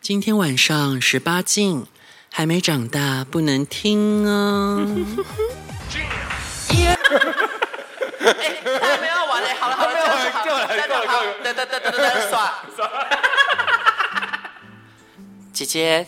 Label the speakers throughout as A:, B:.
A: 今天晚上十八禁，还没长大不能听 哦。
B: 他哎没有玩嘞，好了好了，这样就好 了，这样就好了，等等等等等，耍。
A: 姐姐，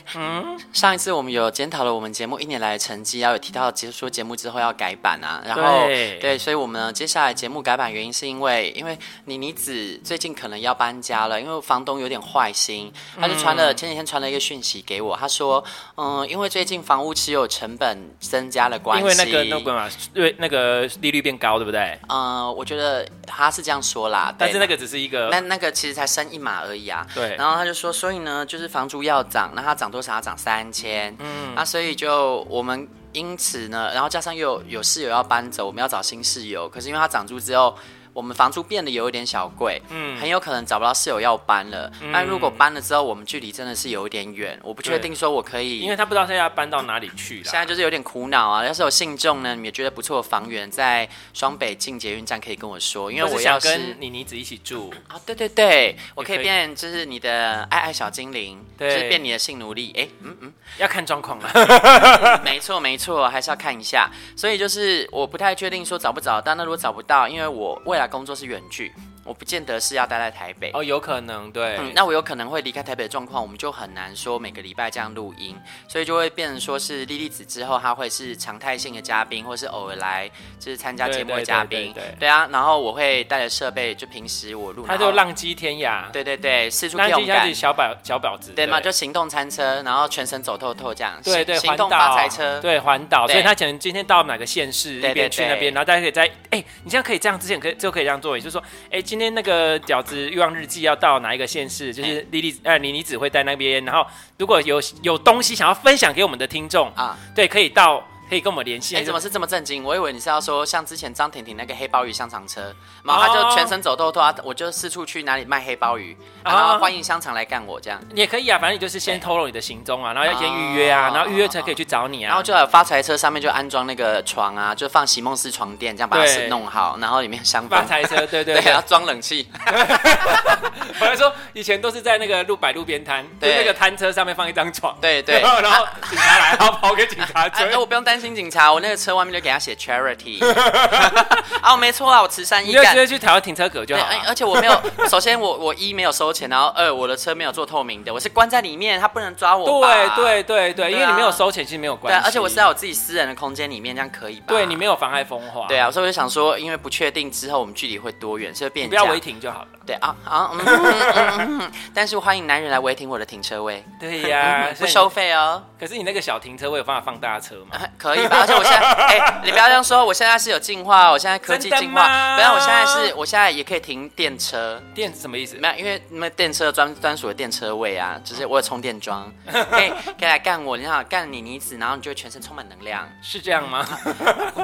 A: 上一次我们有检讨了我们节目一年来的成绩，然后有提到结束节目之后要改版啊，然后
C: 对
A: 所以我们呢接下来节目改版原因是因为，因为妮妮子最近可能要搬家了，因为房东有点坏心，他就传了、前几天传了一个讯息给我，他说，嗯，因为最近房屋持有成本增加的关系，
C: 因为那个那个嘛，对，那个利率变高，对不对？
A: 呃，我觉得他是这样说啦，
C: 但是
A: 对
C: 那个只是一个
A: 那那个其实才升一码而已啊。
C: 对
A: 然后他就说，所以呢，就是房租要涨，那它涨多少？它涨三千。嗯。那所以就我们因此呢，然后加上又有有室友要搬走，我们要找新室友。可是因为它涨租之后。我们房租变得有一点小贵，嗯，很有可能找不到室友要搬了。但如果搬了之后，我们距离真的是有一点远，我不确
C: 嗯对
A: 定说我可以，
C: 因为他不知道他要搬到哪里去
A: 现在
C: 了。
A: 就是有点苦恼啊。要是有信众呢，你们觉得不错的房源在双北近捷运站可以跟我说，因为
C: 或
A: 我
C: 是
A: 要
C: 想
A: 是
C: 跟妮妮子一起住，
A: 啊，对对对，我可以
C: 可以
A: 变就是你的爱爱小精灵，
C: 对
A: 就是变你的性奴隶。 哎，嗯嗯
C: 要看状况啦。
A: 嗯，没错没错，还是要看一下。所以就是我不太确定说找不找，但那如果找不到，因为我未来工作是远距，我不见得是要待在台北。
C: 哦，有可能对。
A: 嗯，那我有可能会离开台北的状况，我们就很难说每个礼拜这样录音，所以就会变成说是莉莉子之后，她会是常态性的嘉宾，或是偶尔来就是参加节目的
C: 对对
A: 嘉
C: 对
A: 宾。
C: 对对
A: 对啊，然后我会带着设备，就平时我录，
C: 他
A: 然后
C: 就浪迹天涯，
A: 对对对，四处
C: 浪迹
A: 勇
C: 天涯
A: 敢
C: 是。小婊小婊子，
A: 对嘛，就行动餐车，然后全身走透透这样。
C: 对
A: 行
C: 对，
A: 行
C: 环
A: 动
C: 岛
A: 发财车。
C: 对环岛，
A: 对
C: 所以他可能今天到哪个县市，
A: 对
C: 一边去那
A: 对对嗯
C: 边，然后大家可以在，哎，你这样可以这样，之前可以就可以这样做，也就是说，哎，今天那个饺子欲望日记要到哪一个县市，就是莉莉呃妮妮只会在那边，然后如果有有东西想要分享给我们的听众，
A: 啊，
C: 对，可以到可以跟我们联系。
A: 哎，怎么
C: 就是
A: 这么震惊？我以为你是要说像之前张婷婷那个黑鲍鱼香肠
C: 啊
A: 车，然后他就全身走透透啊，我就四处去哪里卖黑鲍鱼，
C: 啊
A: 然后欢迎香肠来干我这样，
C: 你也可以啊，反正你就是先透露你的行踪啊，然后要先
A: 哦
C: 预约啊，然后预约才可以去找你啊，
A: 然后就有发财车上面就安装那个床啊，就放席梦思床垫，这样把它
C: 对
A: 弄好，然后里面香
C: 发
A: 氛，
C: 财车，对对
A: 对，
C: 对
A: 然，后装冷气，
C: 我还说以前都是在那个路摆路边摊，就
A: 对
C: 那个摊车上面放一张床，
A: 对对
C: 然后然后警察来，然后跑给警察
A: 哎
C: 追，，
A: 我不用担心警察，我那个车外面就给他写 charity，啊，我没错啊，我慈善
C: 你
A: 义
C: 就
A: 干
C: 直。接去台湾停车格就
A: 对，哎
C: 好啊
A: 而
C: 了。
A: 而且我没有， 首先我我一没有收钱，然后二我的车没有做透明的，我是关在里面，他不能抓我吧。
C: 对对对对，因
A: 对
C: 为
A: 啊
C: 你没有收钱，其实没有
A: 对
C: 关系。
A: 啊，而且我是在我自己私人的空间里面，这样可以吧？
C: 对你没有妨碍风化，
A: 对，啊，所以我就想说，因为不确定之后我们距离会多远，所以变
C: 不要
A: 这样
C: 违停就好 了。
A: 对啊啊、嗯嗯嗯嗯嗯 嗯但是欢迎男人来违停我的停车位，
C: 对 呀，
A: 不收。费哦。
C: 嗯 可是你那个小停车位有办法放大车吗？
A: 可以吧？而且我现在， 哎、你不要这样说，我现在是有进化，我现在科技进
C: 真的
A: 化，
C: 吗
A: 不然我现在是，我现在也可以停电车，
C: 电是什么意思？
A: 没有，因为那电车专专属的电车位啊，就是我有充电桩，可以可以来干我，你好干你妮子，然后你就会全身充满能量，
C: 是这样吗？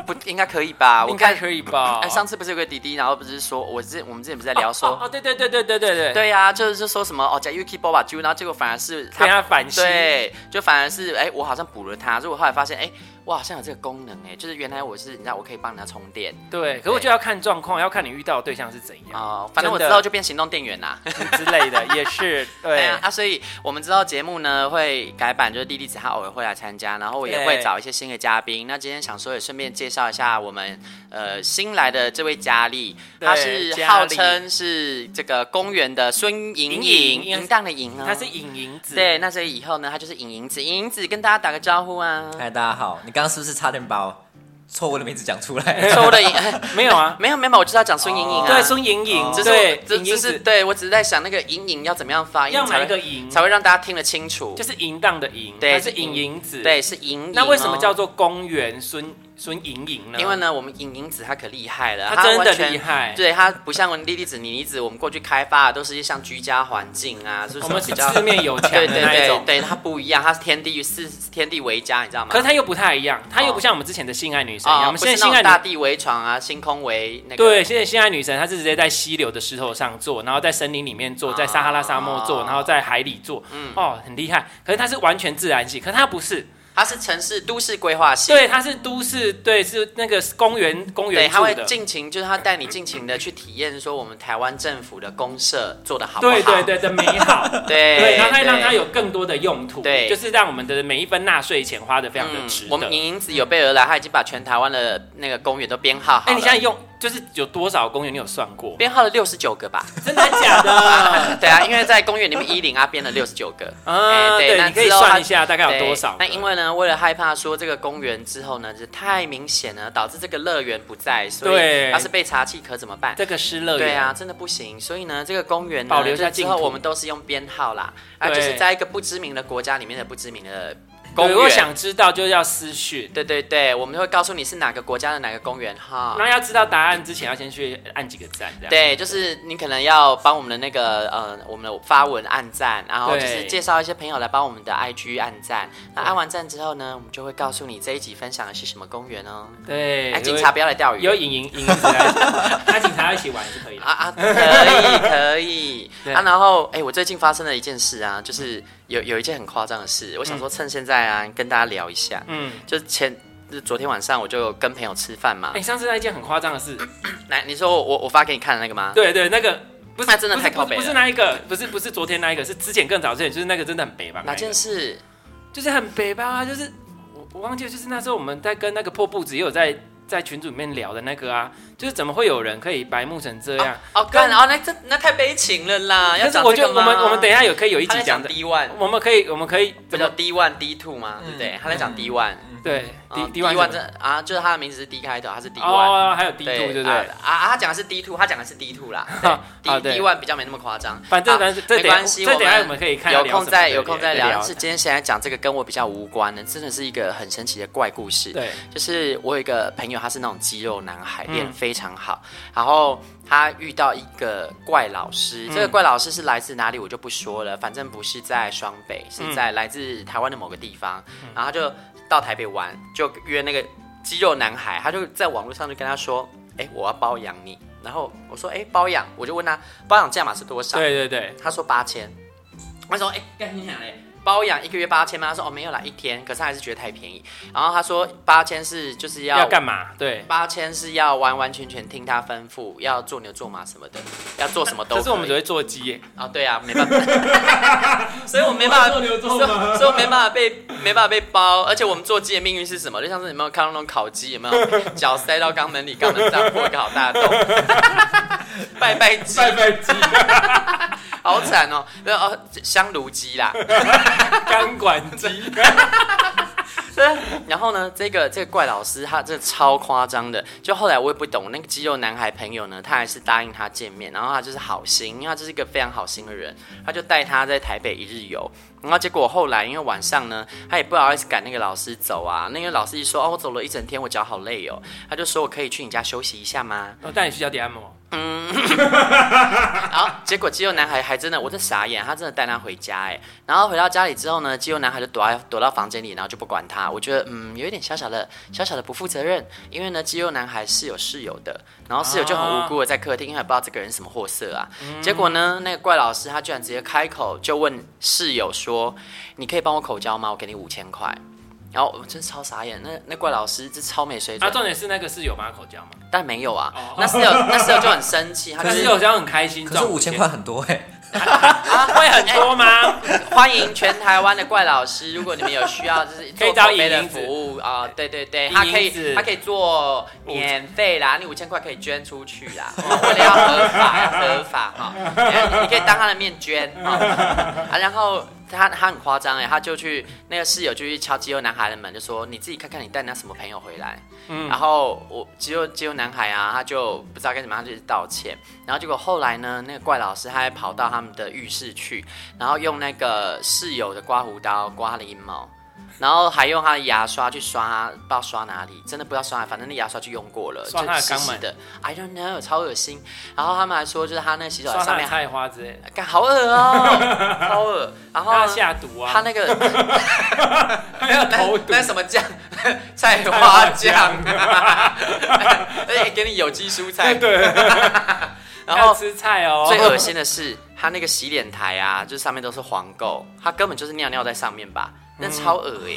A: 不应该可以 吧？啊我
C: 应该
A: 看，
C: 可以吧
A: 哎，？上次不是有个弟弟，然后不是说，我之我们之前不是在 聊说。
C: 哦，哦对对对对对对对，
A: 对呀、就是就说什么哦，叫 Yuki Boba Ju，然后结果反而是
C: 被他反吸
A: 对，就反而是哎、我好像补了他，所以我后来发现哎、我好像有这个功能哎、就是原来我是你知道我可以帮人家充电
C: 对。可我就要看状况，要看你遇到的对象是怎样
A: 哦、反正我
C: 真
A: 之
C: 的
A: 后就变行动电源啦。
C: 之类的，也 是
A: 对
C: 对
A: 啊。啊，所以我们知道节目呢会改版，就是莉莉子她偶尔会来参加，然后我也
C: 对
A: 会找一些新的嘉宾。那今天想说也顺便介绍一下我们呃新来的这位佳丽，
C: 对
A: 她是
C: 佳
A: 号
C: 丽
A: 称是这个公园的孙莹
C: 莹
A: 莹，
C: 莹因为
A: 淫荡的莹哦，
C: 他是影影子，
A: 对，那所以以后呢，她就是影影子，影影子跟大家打个招呼啊。
C: 哎
D: 嗨，大家好！你刚刚是不是差点把我错误的名字讲出来？
A: 说我的影 ，
C: 没有啊
A: 没有没有，我就是要讲孙莹莹啊。
C: 哦对，孙莹莹，
A: 只是
C: 对
A: 我，只
C: 莹莹
A: 只是
C: 子，
A: 对我只是在想那个莹莹要怎么样发音
C: 要
A: 才
C: 哪
A: 会
C: 一个莹
A: 才会让大家听得清楚
C: 就。是淫荡的淫，
A: 对
C: 它是莹莹子，
A: 对，。是莹莹哦。
C: 那为什么叫做公园孙孙莹莹呢？
A: 因为，呢，我们影影子她可厉害了，
C: 她嗯真的
A: 完全
C: 厉害
A: 对她不像莉莉子、妮妮子，我们过去开发的都是一些像居家环境啊，就是
C: 我
A: 什么
C: 们
A: 比
C: 是
A: 较
C: 四面有墙
A: 对
C: 的
A: 对
C: 那一
A: 对
C: 种，
A: 对，她不一样，她是天地四天地为家，你知道吗？
C: 可是它又不太一样，它又
A: 哦
C: 不像我们之前的性爱女神一样。
A: 啊，不
C: 我们
A: 是
C: 现在性
A: 那
C: 爱
A: 种大
C: 女，
A: 地为床啊，星空为那个
C: 对，现在性爱女神她是直接在溪流的石头上坐，然后在森林里面坐，在撒哈拉沙漠
A: 哦嗯
C: 坐，然后在海里坐，哦，很厉害。可是它是完全自然系，可是它不是，
A: 它是城市都市规划系，
C: 对，它是都市，对，是那个公园公
A: 对，
C: 园
A: 他
C: 住
A: 会
C: 的，
A: 尽情，就是他带你尽情的去体验，说我们台湾政府的公社做的好不好？
C: 对对对的美 好，
A: 对
C: 对，然后它让它
A: 对
C: 有更多的用途，
A: 对
C: 就是让我们的每一分纳税钱花的非常的
A: 嗯
C: 值
A: 我们
C: 得。
A: 影影子有备而来，他已经把全台湾的那个公园都编号好了。
C: 哎，你现在用就是有多少公园你有算过？
A: 编号了六十九个 吧？
C: 真的假 的？
A: 对啊，因为在公园里面一零啊编了六十九个。
C: 啊，
A: 哎对
C: 对，
A: 那
C: 你可以
A: 之后它
C: 算一下大概有
A: 对
C: 多少个？
A: 那因为呢，为了害怕说这个公园之后呢，就是太明显了，导致这个乐园不在，所
C: 对
A: 以它是被查弃可怎么办？
C: 这个失乐园，
A: 对啊，，真的不行。所以呢，这个公园呢
C: 保留一下
A: 就之
C: 净
A: 后
C: 土
A: 我们都是用编号啦，啊，
C: 对
A: 就是在一个不知名的国家里面的不知名的公
C: 如果
A: 园。
C: 想知道就要私讯。
A: 对对对，我们会告诉你是哪个国家的哪个公园哈。
C: 那要知道答案之前，要先去按几个赞，这样。
A: 对，就是你可能要帮我们的那个呃，我们的发文按赞，然后
C: 对
A: 就是介绍一些朋友来帮我们的 IG 按赞。那按完赞之后呢，我们就会告诉你这一集分享的是什么公园哦。
C: 对，
A: 哎，警察不要来钓鱼。
C: 有影影影子来， 他警察一起玩是可以的。
A: 啊啊，可以可以
C: 对
A: 啊。然后，哎、我最近发生了一件事啊，就是有有一件很夸张的事，我想说趁现在啊，跟大家聊一下。
C: 嗯，
A: 就是前就是昨天晚上我就跟朋友吃饭嘛
C: 哎、，上次那一件很夸张的事，
A: 来，你说我我我发给你看的那个吗？
C: 对对，那个不是
A: 那真的
C: 不是
A: 太
C: 不是
A: 靠北
C: 不是
A: 了
C: 那一个，不是不是昨天那一个，是之前更早之前，就是那个真的很北吧？
A: 哪件
C: 那一个？
A: 事？
C: 就是很北吧，就是我我忘记了，就是那时候我们在跟那个破布子也有在在群组里面聊的那个啊，就是怎么会有人可以白目成这样？
A: 哦，干哦，那这那太悲情了啦！要
C: 但是
A: 讲
C: 我
A: 这
C: 觉
A: 个
C: 得我们我们等一
A: 下
C: 下有可以有一
A: 他
C: 集
A: 在
C: 讲
A: 讲
C: 的，
A: D one，
C: 我们可以我们可以
A: 不
C: 怎
A: 叫
C: 么嗯
A: D one D two 吗？对不对？他在讲 D one，
C: 对
A: 嗯
C: 第
A: D
C: 第
A: one
C: 万
A: 这啊，就是他的名字是 D 开头，他是 D one。
C: 哦，还有 D two 对不
A: 啊
C: 对？。
A: 啊，啊他讲的是 D two，他讲的是 D two 啦
C: 啊
A: 对
C: 对
A: ，D D one 比较没那么夸张。
C: 反正
A: 啊
C: 反正这
A: 没
C: 等下
A: 关系，
C: 这等下我
A: 我
C: 们可以看要
A: 有
C: 聊
A: 空
C: 什么
A: 再
C: 对
A: 有空
C: 对
A: 再
C: 对
A: 聊。
C: 聊
A: 但是今天现在讲这个跟我比较无关的，真的是一个很神奇的怪故事。
C: 对，
A: 就是我有一个朋友，他是那种肌肉男孩，
C: 嗯
A: 练非常好，然后他遇到一个怪老师，这个
C: 嗯
A: 怪老师是来自哪里我就不说了，反正不是在双北，
C: 嗯
A: 是在来自台湾的某个地方，然后他就到台北玩，就约那个肌肉男孩，他就在网络上就跟他说，哎、我要包养你，然后我说，哎、包养，我就问他包养价码是多少，
C: 对对对，
A: 他说八千，我说哎，干、你娘嘞！包养一个月八千吗？他说哦没有啦，一天。可是他还是觉得太便宜。然后他说八千是就是
C: 要
A: 要
C: 干嘛？对，
A: 八千是要完完全全听他吩咐，要做牛做马什么的，要做什么都
C: 可是我们只
A: 以
C: 会做鸡耶，
A: 啊、对啊，没办法， 所以我没办法
C: 做牛做
A: 所以
C: 马
A: 所以我没办法被没办法被包，而且我们做鸡的命运是什么？就像是你有没有看到那种烤鸡，有没有脚塞到肛门里，肛门上破一个好大的洞， 拜拜鸡，
C: 拜鸡，
A: 好惨哦，那哦香炉鸡啦，
C: 钢管 鸡，
A: 然后呢，这个这个怪老师他真的超夸张的，就后来我也不懂，那个肌肉男孩朋友呢，他还是答应他见面，然后他就是好心，因为他就是一个非常好心的人，他就带他在台北一日游。然后结果后来，因为晚上呢，他也不好意思赶那个老师走啊。那个老师一说，哦，我走了一整天，我脚好累哦。他就说我可以去你家休息一下吗？
C: 我哦带你去脚底按摩。
A: 然后结果肌肉男孩还真的，我真傻眼，他真的带他回家哎。然后回到家里之后呢，肌肉男孩就躲在躲到房间里，然后就不管他。我觉得嗯，有一点小小的小小的不负责任，因为呢，肌肉男孩是有室友的，然后室友就很无辜的在客厅，因为不知道这个人什么货色啊。结果呢，那个怪老师他居然直接开口就问室友说：“你可以帮我口交吗？我给你五千块。”然后我真的超傻眼，那那怪老师这超没水
C: 啊，
A: 准，
C: 重点是那个室友吗？口交吗？
A: 但没有啊
C: 哦。
A: 那室友那室友就很生气，他就
C: 那
A: 是
C: 室友这样很开心，
D: 可是
C: 赚
D: 五千块很多哎、
C: 啊 会很多吗？
A: 哎欢迎全台湾的怪老师，如果你们有需要，就是
C: 可
A: 做
C: 以找
A: 口
C: 尹
A: 碑的
C: 英子
A: 服务啊、对对对，
C: 尹
A: 他可
C: 英子
A: 以他可以做免费啦，你五千块可以捐出去啦，哦为了要合法要合法哈、你你可以当他的面捐 哈、啊，然后。他他很夸张哎，他就去那个室友就去敲肌肉男孩的门，就说你自己看看你带那什么朋友回来。然后我肌肉肌肉男孩啊，他就不知道该怎么样，他就一直道歉。然后结果后来呢，那个怪老师他还跑到他们的浴室去，然后用那个室友的刮胡刀刮他的阴毛，然后还用他的牙刷去刷他，不知道刷哪里，真的不知道刷哪里，反正那牙刷就用过了，
C: 刷他的
A: 就
C: 肛
A: 湿
C: 门
A: 湿的，I don't know，超恶心。然后他们还说，就是他那个洗手台
C: 刷他
A: 上
C: 的
A: 面，
C: 菜花之类的，
A: 干好恶 哦，超恶。然后呢
C: 他下毒
A: 他
C: 啊，
A: 那个
C: 他要投毒
A: 那，什么酱？ 菜花酱， 而且给你有机蔬菜。对， 然
C: 要
A: 后
C: 吃菜哦。
A: 最恶心的是，他那个洗 脸台啊，就是上面都是黄垢，他根本就是尿尿在上面吧？那超恶哎、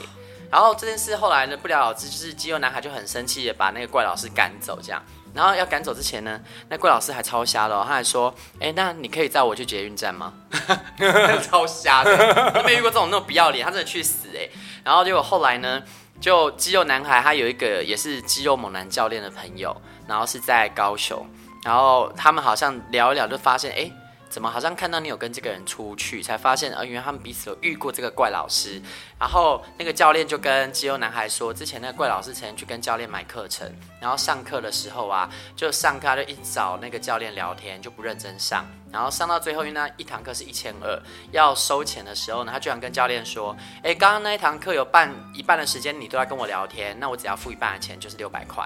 A: 然后这件事后来呢不了了之，就是肌肉男孩就很生气的把那个怪老师赶走，这样。然后要赶走之前呢，那怪老师还超瞎的、哦，他还说：“哎，那你可以载我去捷运站吗？” 超瞎的，都没遇过这种那种不要脸，他真的去死哎、然后结果后来呢，就肌肉男孩他有一个也是肌肉猛男教练的朋友，然后是在高雄，然后他们好像聊一聊就发现，哎，怎么好像看到你有跟这个人出去，才发现，呃，原来他们彼此有遇过这个怪老师。然后那个教练就跟肌肉男孩说，之前那个怪老师曾经去跟教练买课程，然后上课的时候啊，就上课他就一直找那个教练聊天，就不认真上，然后上到最后，因为那一堂课是一千二，要收钱的时候呢，他居然跟教练说，哎，刚刚那一堂课有半一半的时间你都在跟我聊天，那我只要付一半的钱，就是六百块。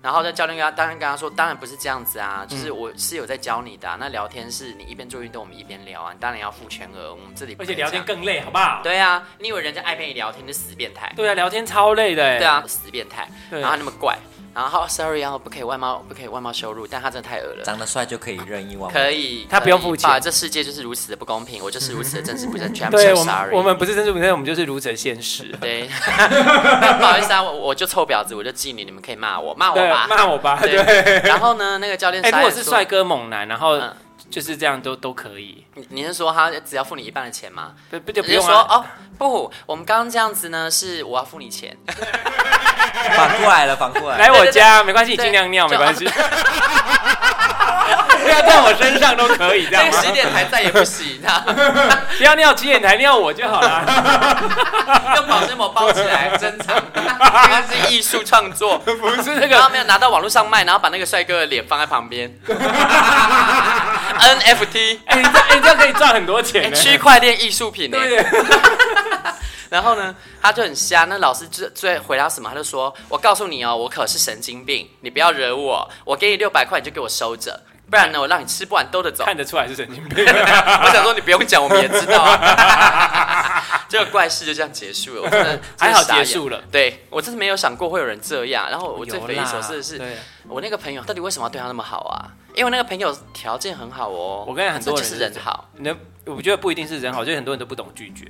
A: 然后那教练跟他当然跟他说，当然不是这样子啊，就是我是有在教你的、啊。那聊天是你一边做运动，我们一边聊啊，你当然要付全额。我们这里不
C: 而
A: 可
C: 且
A: 以这样
C: 聊天更累，好不好？
A: 对啊，你以为人家爱陪你聊天就死变态？
C: 对啊，聊天超累的。
A: 对，啊，死变态，
C: 对
A: 然后那么怪，然后 sorry 啊，我不可以外貌不可以外貌羞辱，但他真的太恶了。
D: 长得帅就可以任意妄为。
A: 可以，
C: 他
A: 可
C: 不用
A: 以
C: 付钱
A: 吧这世界就是如此的不公平，我就是如此的政治不 正确。I'm
C: 对
A: so
C: 我
A: sorry
C: 们我们不是真实不真，我们就是如者现实。
A: 对， 那不好意思啊，我我就臭婊子，我就记你，你们可以骂我，骂我
C: 对，
A: 吧。
C: 骂我吧。对，
A: 对。然后呢，那个教练
C: 哎，如
A: 傻眼
C: 果
A: 说
C: 是帅，哥猛男，然后
A: 嗯
C: 就是这样都都可以，
A: 你你是说他只要付你一半的钱吗？
C: 不不就不
A: 你就
C: 用
A: 说
C: 啊。
A: 哦不，我们刚刚这样子呢，是我要付你 钱。
D: 反过来了，反过来哦
C: 来
D: 了。
C: 我家没关系，
A: 对
C: 尽量尿
A: 就
C: 没关系。 不要在我身上都可以，这样
A: 这
C: 吗
A: 个？十点台再也不行，啊他。
C: 不要尿急眼台尿我就好 了。
A: 用保鲜膜包起来，珍藏。这个是艺术创作，
C: 不是这
A: 然后
C: 个，
A: 没有拿到网络上卖，然后把那个帅哥的脸放在旁 边。NFT，
C: 哎，你这哎你这样可以赚很多钱
A: 哎
C: 呢。
A: 区块链艺术品呢？欸
C: 对耶，
A: 然后呢，他就很瞎。那老师最最回答什么？他就说：“我告诉你哦，我可是神经病，你不要惹我。我给你六百块，你就给我收着，不然呢，我让你吃不完兜着走。”
C: 看得出来是神经病。
A: 我想说，你不用讲，我们也知道、 啊。这个怪事就这样结束了，我真的
C: 还好
A: 真的傻眼
C: 结束了哦
A: 对我真的没有想过会有人 这样。然后我最
C: 有
A: 匪夷
C: 啦
A: 所思的是
C: 对，啊
A: 我那个朋友到底为什么要对他那么好啊？因为那个朋友条件很好哦。
C: 我跟你讲很多人
A: 这就是
C: 是
A: 人好。
C: 那我觉得不一定是人好，就是很多人都不懂拒绝。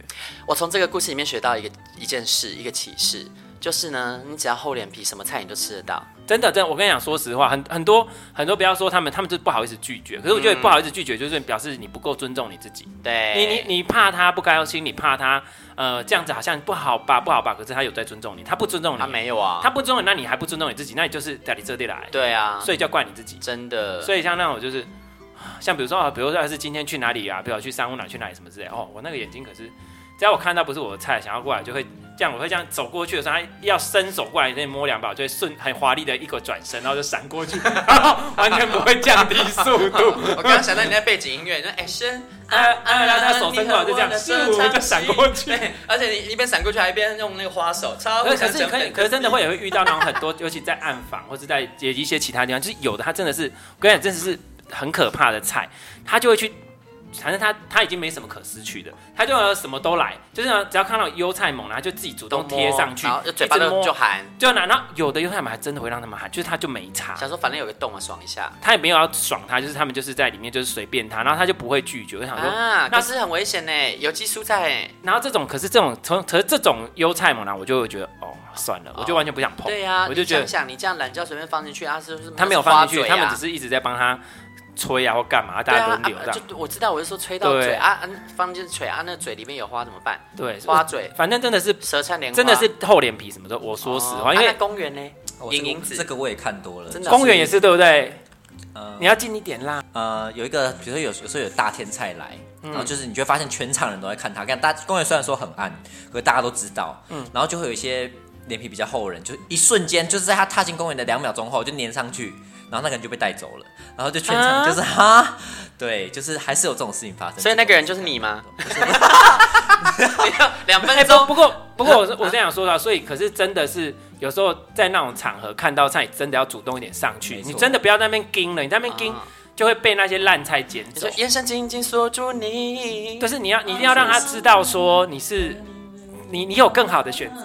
A: 我从这个故事里面学到一个一件事，一个启示，就是呢，你只要厚脸皮，什么菜你都吃得到。
C: 真的，真的，我跟你讲，说实话，很很多很多，不要说他们，他们就不好意思拒绝。可是我觉得不好意思拒绝，就是表示你不够尊重你自己。
A: 对，
C: 你你你怕他不高兴，你怕他呃这样子好像不好吧，不好吧？可是他有在尊重你，他不尊重你，
A: 他没有啊，
C: 他不尊重你，那你还不尊重你自己，那你就是在你这里来，
A: 对啊，
C: 所以就要怪你自己。
A: 真的，
C: 所以像那种就是，像比如说啊，比如说要是今天去哪里啊，比如去山屋哪去哪里什么之类，哦，我那个眼睛可是，只要我看到不是我的菜，想要过来就会这样，我会这样走过去的时候，他要伸手过来，可以摸两把，我就会顺很华丽的一个转身，然后就闪过去， 然后完全不会降低速度。
A: 我刚刚想到你那背景音乐，你说哎 action，
C: 啊啊，然后他手伸过来就这样，咻就闪过去。
A: 对，而且你一边闪过去还一边用那个花手，超
C: 可是可以，可是真的会也会遇到那种很多，尤 其在暗访或是在一些其他地方，就是有的他真的是，我跟你讲，真的是很可怕的菜，他就会去。反正他他已经没什么可失去的，他就呃什么都来，就是呢只要看到优菜猛，然后就自己主动贴上去
A: 然后，嘴巴
C: 一直
A: 就
C: 摸
A: 就含，
C: 就拿。然后有的优菜猛还真的会让他们喊，就是他就没差，
A: 想说反正有个洞啊，爽一下
C: 他也没有要爽他，就是他们就是在里面就是随便他，然后他就不会拒绝。我想说，
A: 啊，
C: 那
A: 那是很危险呢，有机蔬菜欸，
C: 然后这种可是这种从可是这种优菜猛呢，我就会觉得哦算了，我就完全不想碰。
A: 对呀，
C: 我就觉得
A: 你想想你这样懒觉随便放进去，啊，是不是
C: 他没有放进
A: 花
C: 去，
A: 嘴
C: 他
A: 啊
C: 们只是一直在帮他吹啊或干嘛，大
A: 对
C: 家
A: 啊
C: 轮流
A: 啊
C: 这样。
A: 就我知道，我是说吹到嘴
C: 对
A: 啊，啊放进嘴啊，那嘴里面有花怎么办？
C: 对，
A: 花嘴
C: 反正真的是
A: 舌灿莲花，
C: 真的是厚脸皮什么的。我说
A: 哦
C: 实话，
A: 啊
C: 因
A: 那
C: 为
A: 公园呢，
D: 哦
A: 莹
D: 这
A: 莹
D: 个
A: 子
D: 这个我也看多了，
A: 真的啊
C: 公园也是对不对？
A: 嗯
D: 呃
C: 你要近一点啦。
D: 呃，有一个，比如说有有时候有大天菜来，
A: 嗯
D: 然后就是你就会发现全场人都在看他，看大公园虽然说很暗，可是大家都知道，嗯，然后就会有一些脸皮比较厚的人，就一瞬间就是在他踏进公园的两秒钟后就粘上去，然后那个人就被带走了，然后就全场就是哈、对，就是还是有这种事情发生，
A: 啊所以那个人就是你 吗？两分
C: 哎不
A: 钟
C: 不过不
A: 呃
C: 过我是我是想说的啊，所以可是真的是有时候在那种场合看到菜，真的要主动一点上去，
D: 没错
C: 你真的不要在那边盯了，你在那边盯
A: 啊
C: 就会被那些烂菜捡
A: 你
C: 走
A: 说。眼神紧紧锁住你，
C: 就是你要你一定要让他知道说你是你你有更好的选择，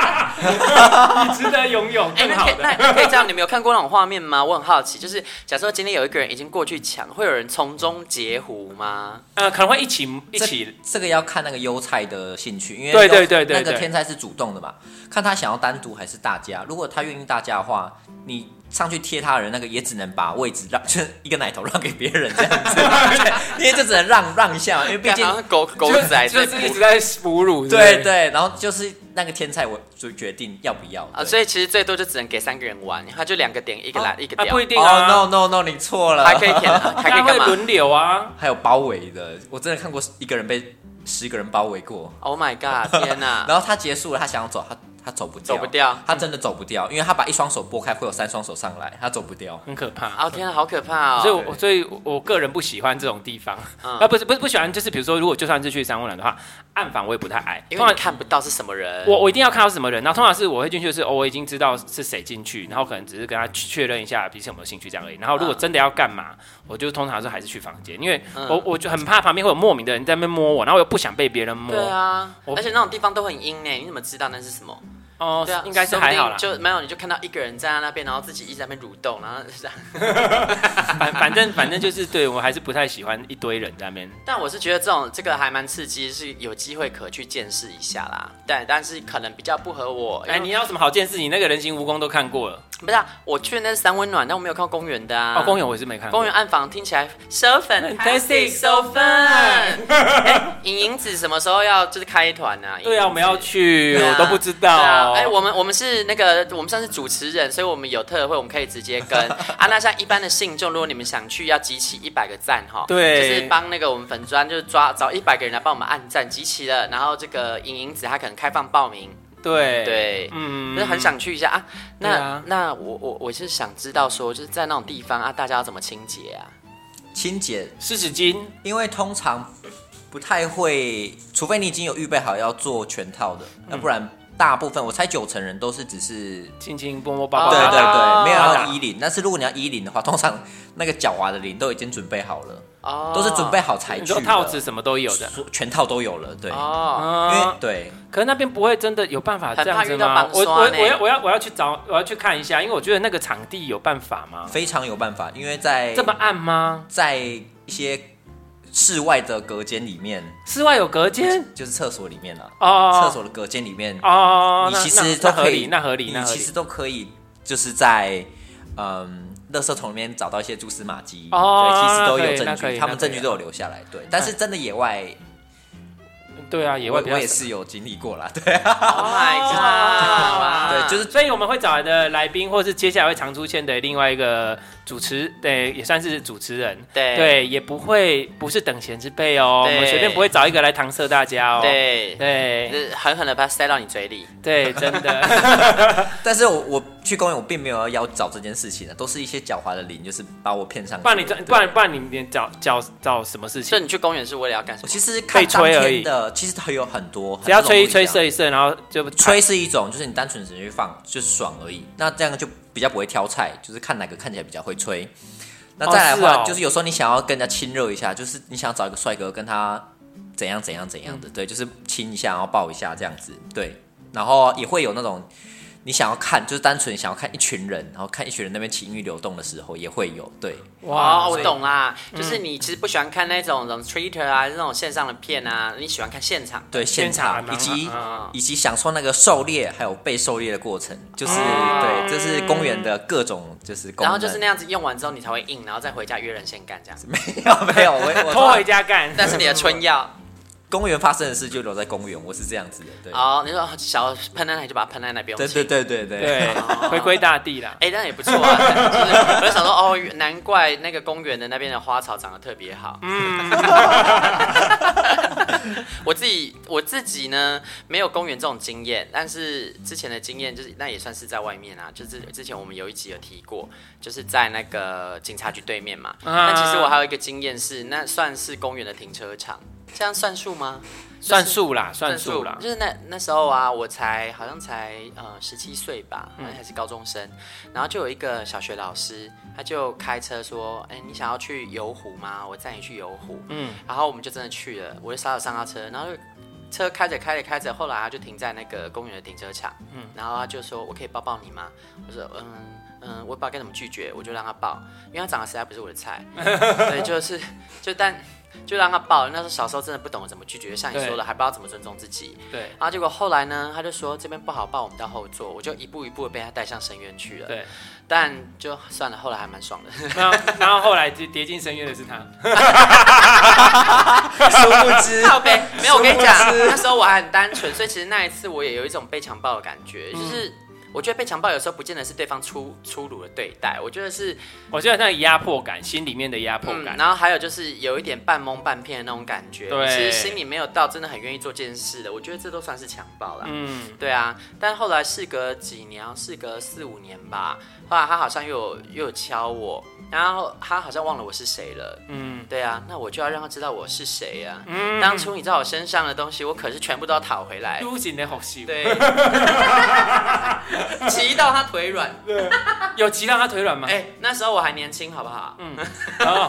C: 你值得拥有
A: 哎、
C: 更
A: 那
C: 好
A: 可以那
C: 的。
A: 那可以这样，你们有看过那种画面吗？我很好奇，就是假设今天有一个人已经过去抢，会有人从中截胡吗？
C: 呃，可能会一起一起，
D: 这个要看那个优菜的兴趣，因为
C: 对
D: 优
C: 对对对
D: 那个
C: 对
D: 天才是主动的嘛，看他想要单独还是大家。如果他愿意大家的话，你上去贴他的人，那个也只能把位置让，就是一个奶头让给别人这样子，对因为就只能让让一下，因为毕
A: 感
D: 竟
A: 觉好像狗狗
C: 就
A: 仔在
C: 就是一
A: 扑
C: 直在哺乳，不
D: 对。对，然后就是那个天才我就决定要不要
A: 啊，
D: 对
A: 所以其实最多就只能给三个人玩，他就两个点，一个来、一个
C: 啊，
A: 掉，
C: 不一定
D: 哦、
C: 啊
D: no no no，你错了，
A: 还可以舔、 啊，还可以
C: 大
A: 干
C: 家会
A: 嘛
C: 轮流啊，
D: 还有包围的，我真的看过一个人被十个人包围过。
A: ？Oh my god！天 哪、
D: 然后他结束了，他想要走，他他走不掉，
A: 走不掉
D: 他真的走不掉，因为他把一双手拨开，会有三双手上来，他走不掉。
C: 很可怕。
A: 哦天哪，好可怕哦！
C: 所以我，我所以我，我个人不喜欢这种地方，
A: 嗯
C: 啊，不是，不是不喜欢，就是比如说，如果就算是去三温暖的话，暗房我也不太爱，
A: 因
C: 通
A: 为你
C: 常
A: 看不到是什么人，
C: 我我一定要看到是什么人，然后通常是我会进去的是，哦，我已经知道是谁进去，然后可能只是跟他确认一下彼此有没有兴趣这样而已。然后如果
A: 嗯
C: 真的要干嘛，我就通常是还是去房间，因为
A: 嗯
C: 我我就很怕旁边会有莫名的人在那边摸我，然后我又不想被别人摸。
A: 对啊，
C: 我
A: 而且那种地方都很阴呢，你怎么知道那是什么？
C: 哦，
A: 对啊，
C: 应该是
A: 说不
C: 还
A: 定
C: 好啦。
A: 就没有，你就看到一个人站在那边，然后自己一直在那边蠕动，然后是这样。
C: 反反正反正就是对我还是不太喜欢一堆人在那边。
A: 但我是觉得这种这个还蛮刺激，是有机会可去见识一下啦。对，但是可能比较不合我。
C: 哎，
A: 因为
C: 你要什么好见识？你那个人形蜈蚣都看过了，
A: 不是、啊、我去那是三温暖，但我没有看到公园的啊。
C: 哦，公园我也是没看过。
A: 公园暗房听起来 so fantastic
C: Fantastic,
A: so
C: so
A: fun。哎，影影子什么时候要就是开团啊？
C: 对啊，我们要去，
A: 对啊
C: 我都不知道。
A: 对啊，哎、我们我们是那个，我们算是主持人，所以我们有特惠，我们可以直接跟啊。那像一般的信众，如果你们想去，要集齐一百个赞哈，
C: 对
A: 就是帮那个我们粉砖，就是抓找一百个人来帮我们按赞，集齐了，然后这个莹莹子她可能开放报名，
C: 对，
A: 对，
C: 嗯
A: 就是很想去一下啊。那、
C: 对啊
A: 那我我我是想知道说，就是在那种地方啊，大家要怎么清洁啊？
D: 清洁，
C: 湿纸巾，
D: 因为通常不太会，除非你已经有预备好要做全套的，
C: 嗯
D: 要不然大部分我猜九成人都是只是。
C: 轻轻摸摸抱抱。
D: 对对
A: 哦
D: 对，没有
C: 打
D: 要
C: 打
D: 衣领，但是如果你要衣领的话，通常那个狡猾的领都已经准备好了，
A: 哦，
D: 都是准备好才
C: 你
D: 去
C: 说
D: 的，
C: 套子什么都有的。
D: 所全套都有了，对，
A: 哦，
D: 因为
C: 嗯，
D: 对，
C: 可是那边不会真的有办法这样子
A: 很怕遇到
C: 吗
A: 绑？
C: 我
A: 刷
C: 我
A: 呢
C: 我要我要我要去找我要去看一下，因为我觉得那个场地有办法吗？
D: 非常有办法，因为在
C: 这么暗吗？
D: 在一些室外的隔间里面，
C: 室外有隔间
D: 就是厕所里面啊了、
C: 哦，
D: 厕、所的隔间里面，
C: 哦，
D: 你
C: 那
D: 其实
C: 那
D: 都
C: 那合
D: 可
C: 理，
D: 以，
C: 那合理，那
D: 你
C: 合
D: 其
C: 理
D: 实。都可以，就是在嗯，垃圾桶里面找到一些蛛丝马迹，
C: 哦
D: 对，其实都
C: 那可
D: 有
C: 以那
D: 证
C: 可以
D: 据，他们
C: 那可以
D: 证据都有留下来，对。但是真的野外，
C: 对啊，野
D: 我
C: 外比较
D: 我也
C: 少
D: 是有经历过啦，对啊，
A: ，Oh my god，
C: 啊
D: 对， 就是
C: 所以我们会找来的来宾，或是接下来会常出现的另外一个主持，对，也算是主持人，
A: 对
C: 对，也不会不是等闲之辈哦，我
A: 对
C: 们随便不会找一个来搪塞大家哦，
A: 对。就
C: 对
A: 是狠狠的把它塞到你嘴里，
C: 对，真的，
D: 但是我我去公园，我并没有要找这件事情的，啊都是一些狡猾的灵，就是把我骗上去。
C: 不然你不然不然你你找找找什么事
A: 所以
C: 情？
A: 你去公园是为了要干什
D: 我
A: 么？
D: 其实看
C: 被吹
D: 当
C: 而已
D: 天的，其实它有很多，
C: 只要
D: 很多种
C: 吹一
D: 不
C: 吹
D: 样
C: 射一射，然后就
D: 吹是一种，就是你单纯只是去放，就是爽而已。那这样就比较不会挑菜，就是看哪个看起来比较会吹。那再来的
C: 哦是
D: 话，
C: 哦
D: 就是有时候你想要跟人家亲热一下，就是你想找一个帅哥跟他怎样怎样怎样的，对，就是亲一下，然后抱一下这样子，对。然后也会有那种你想要看，就是单纯想要看一群人，然后看一群人那边情欲流动的时候也会有，对。
A: 哦，我
C: 所以嗯
A: 懂啦，就是你其实不喜欢看那种什么 Twitter 啊，这种线上的片啊，你喜欢看现场。
D: 对，现场以
C: 啊现场还蛮啊
D: 及、
A: 嗯
D: 以及享受那个狩猎还有被狩猎的过程，就是、
C: 哦
D: 对，这是公园的各种就是功能。
A: 然后就是那样子用完之后，你才会硬，然后再回家约人先干这样子。
D: 没有没有，我 我
C: 拖回家干，
A: 但是你的春药
D: 公园发生的事就留在公园，我是这样子的，对，
A: 哦，你说哦小喷在那里就把它喷在那边。
D: 对对。对对对
C: 对，回归大 地啦。
A: 哎、但也不错啊！就是我就想说，哦，难怪那个公园的那边的花草长得特别好。嗯， 我自己我自己呢没有公园这种经验，但是之前的经验就是那也算是在外面啊，就是之前我们有一集有提过，就是在那个警察局对面嘛。
C: 啊
A: 但其实我还有一个经验是，那算是公园的停车场，这样算数吗？
C: 算数啦，算数啦。
A: 就是那那时候啊，我才好像才呃十七岁吧，
C: 嗯
A: 好像还是高中生，然后就有一个小学老师，他就开车说，哎、你想要去游湖吗？我载你去游湖。嗯，然后我们就真的去了，我就撒手上他车，然后就车开着开着开着，后来他就停在那个公园的停车场，嗯，然后他就说：“我可以抱抱你吗？”我说：“嗯嗯，我也不知道该怎么拒绝，我就让他抱，因为他长得实在不是我的 菜，对，就是就但就让他抱。那时候小时候真的不懂得怎么拒绝，像你说的，
C: 对
A: 还不知道怎么尊重自己。
C: 对
A: 然后结果后来呢，他就说这边不好抱，我们到后座，我就一步一步的被他带向深渊去了。，
C: 对，
A: 但就算了，后来还蛮 爽的。
C: 然后然后后来就跌进深渊的是他，
D: 殊不知，
A: 靠背，没有，我跟你讲，那时候我还很单纯，所以其实那一次我也有一种被强暴的感觉，
C: 嗯
A: 就是我觉得被强暴有时候不见得是对方粗粗鲁的对待，我觉得是
C: 我觉得那个压迫感，心里面的压迫
A: 嗯，
C: 感，
A: 然后还有就是有一点半蒙半骗的那种感觉，
C: 对
A: 其实心里没有到真的很愿意做这件事的，我觉得这都算是强暴啦。
C: 嗯，
A: 对啊，但后来事隔几年，事隔四五年吧，后来他好像又有又有敲我，然后他好像忘了我是谁了。嗯，对啊，那我就要让他知道我是谁啊。
C: 嗯
A: 当初你在我身上的东西，我可是全部都要讨回来。
C: 都行的好戏，
A: 对， 骑到他腿软。
C: 有骑到他腿软吗？
A: 哎、那时候我还年轻，好不好？嗯，
C: 哦，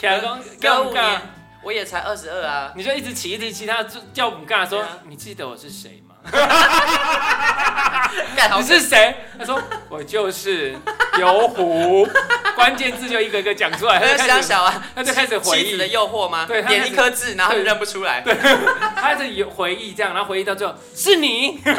C: 凯公
A: 隔
C: 叫
A: 五
C: 五
A: 年
C: 尬，，
A: 我也才二十二啊。
C: 你就一直骑一直骑，他就叫五尬
A: 对
C: 说
A: 啊：“
C: 你记得我是谁吗？
A: 干好
C: 你是谁？”他说：“我就是游湖。”关键字就一个一个讲出 来，
A: 那
C: 他
A: 想
C: 就开始，
A: 小啊，
C: 他就开始回
A: 妻子的
C: 忆，
A: 诱惑吗？
C: 对他
A: 点
C: 开
A: 一
C: 始
A: 颗痣，然后就认不出来。对，
C: 他开始有回忆这样，然后回忆到最后是你。那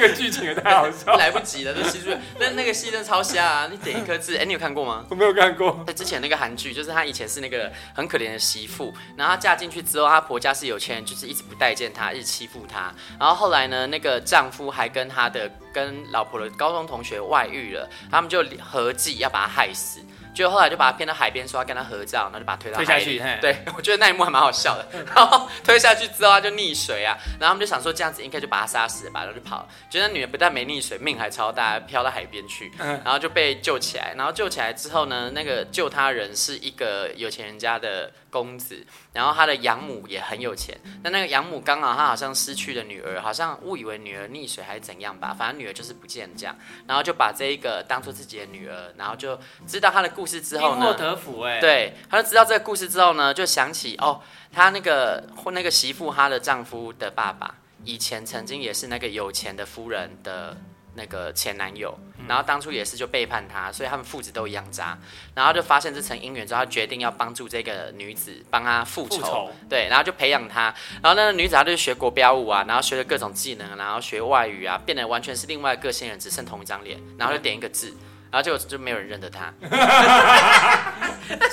C: 个剧情也太好笑了，
A: 来不及了，那戏剧那那个戏真的超瞎啊！你点一颗痣，哎、你有看过吗？
C: 我没有看过。
A: 在之前那个韩剧，就是她以前是那个很可怜的媳妇，然后她嫁进去之后，她婆家是有钱人，就是一直不待见她，一直欺负她。然后后来呢，那个丈夫还跟她的跟老婆的高中同学外遇了，他们就合计要把她害死。就后来就把她骗到海边，说要跟她合照，然后就把她推到
C: 推下
A: 海里
C: 去嘿嗯
A: 对， 我觉得那一幕还蛮好笑的。然后推下去之后，她就溺水啊，然后他们就想说这样子应该就把她杀死了吧，然后就跑了。觉得那女人不但没溺水，命还超大，飘到海边去。
C: 嗯
A: 然后就被救起来，然后救起来之后呢，那个救他人是一个有钱人家的公子，然后他的养母也很有钱，那那个养母刚好他好像失去了女儿，好像误以为女儿溺水还是怎样吧，反正女儿就是不见这样，然后就把这一个当做自己的女儿，然后就知道他的故事之
C: 因
A: 后
C: 祸
A: 呢，
C: 得福哎，，
A: 对，他就知道这个故事之后呢，就想起哦，他那个或那个媳妇，她的丈夫的爸爸以前曾经也是那个有钱的夫人的那个前男友，然后当初也是就背叛她，所以他们父子都一样渣。然后就发现这层姻缘之后，他决定要帮助这个女子，帮她复仇。
C: 复仇
A: 对，然后就培养她。然后那个女子她就是学国标舞啊，然后学了各种技能，然后学外语啊，变得完全是另外一个个性人，只剩同一张脸，然后就点一个痣。然后结果就没有人认得 她。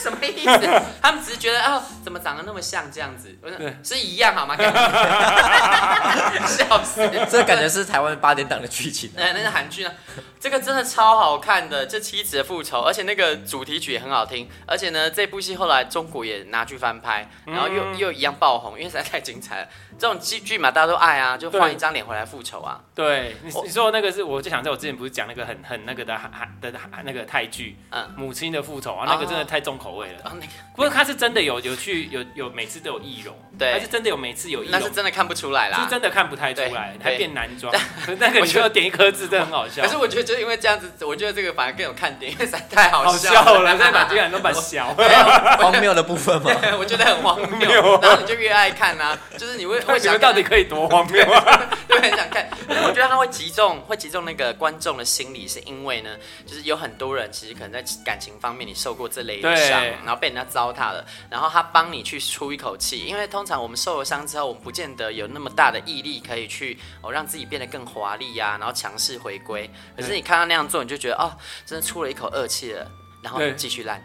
A: 什么意思？他们只是觉得哦，怎么长得那么像这样子？我说是一样好吗？感觉 笑死！
D: 这感觉是台湾八点档的剧情。
A: 那那个韩剧呢？这个真的超好看的，这《妻子的复仇》，而且那个主题曲也很好听，而且呢，这部戏后来中国也拿去翻拍，然后又、又一样爆红，因为实在太精彩了。这种剧剧嘛，大家都爱啊，就换
C: 对
A: 一张脸回来复仇啊。
C: 对，你
A: 我
C: 你说的那个是，我就想在我之前不是讲那个很很那个的韩韩的那个泰剧，
A: 嗯
C: 母亲的复仇啊，那个真的
A: 哦
C: 太重口味了。
A: 然后那个
C: 不过他是真的有有去有有每次都有易容，
A: 对
C: 他是真的有每次有易
A: 那
C: 容，
A: 是真的看不出来
C: 就是
A: 啦。
C: 真的看不太出来
A: 对，
C: 还
A: 对
C: 变男装，那个
A: 我
C: 你
A: 觉
C: 就
A: 得
C: 点一颗痣，真的很好笑
A: 可，是我觉得，就是因为这样子，我觉得这个反而更有看点，因为实在太好
C: 好
A: 笑
C: 笑了，在把这个人都把笑，
D: 啊 荒谬的部分吗？
A: 对， 我觉得很荒 谬
C: 谬啊，
A: 然后你就越爱看啊，就是你会会
C: 你
A: 想
C: 们到底可以多荒谬 啊！
A: 就很想看，但是我觉得他会击中会击中那个观众的心理，是因为呢，就是有很多人其实可能在感情方面你受过这类的
C: 对
A: 伤，然后被人家糟蹋了，然后他帮你去出一口气，因为通常我们受了伤之后，我们不见得有那么大的毅力可以去哦让自己变得更华丽呀、然后强势回归。可是你看他那样做，你就觉得哦，真的出了一口恶气了，然后
C: 对
A: 继续烂。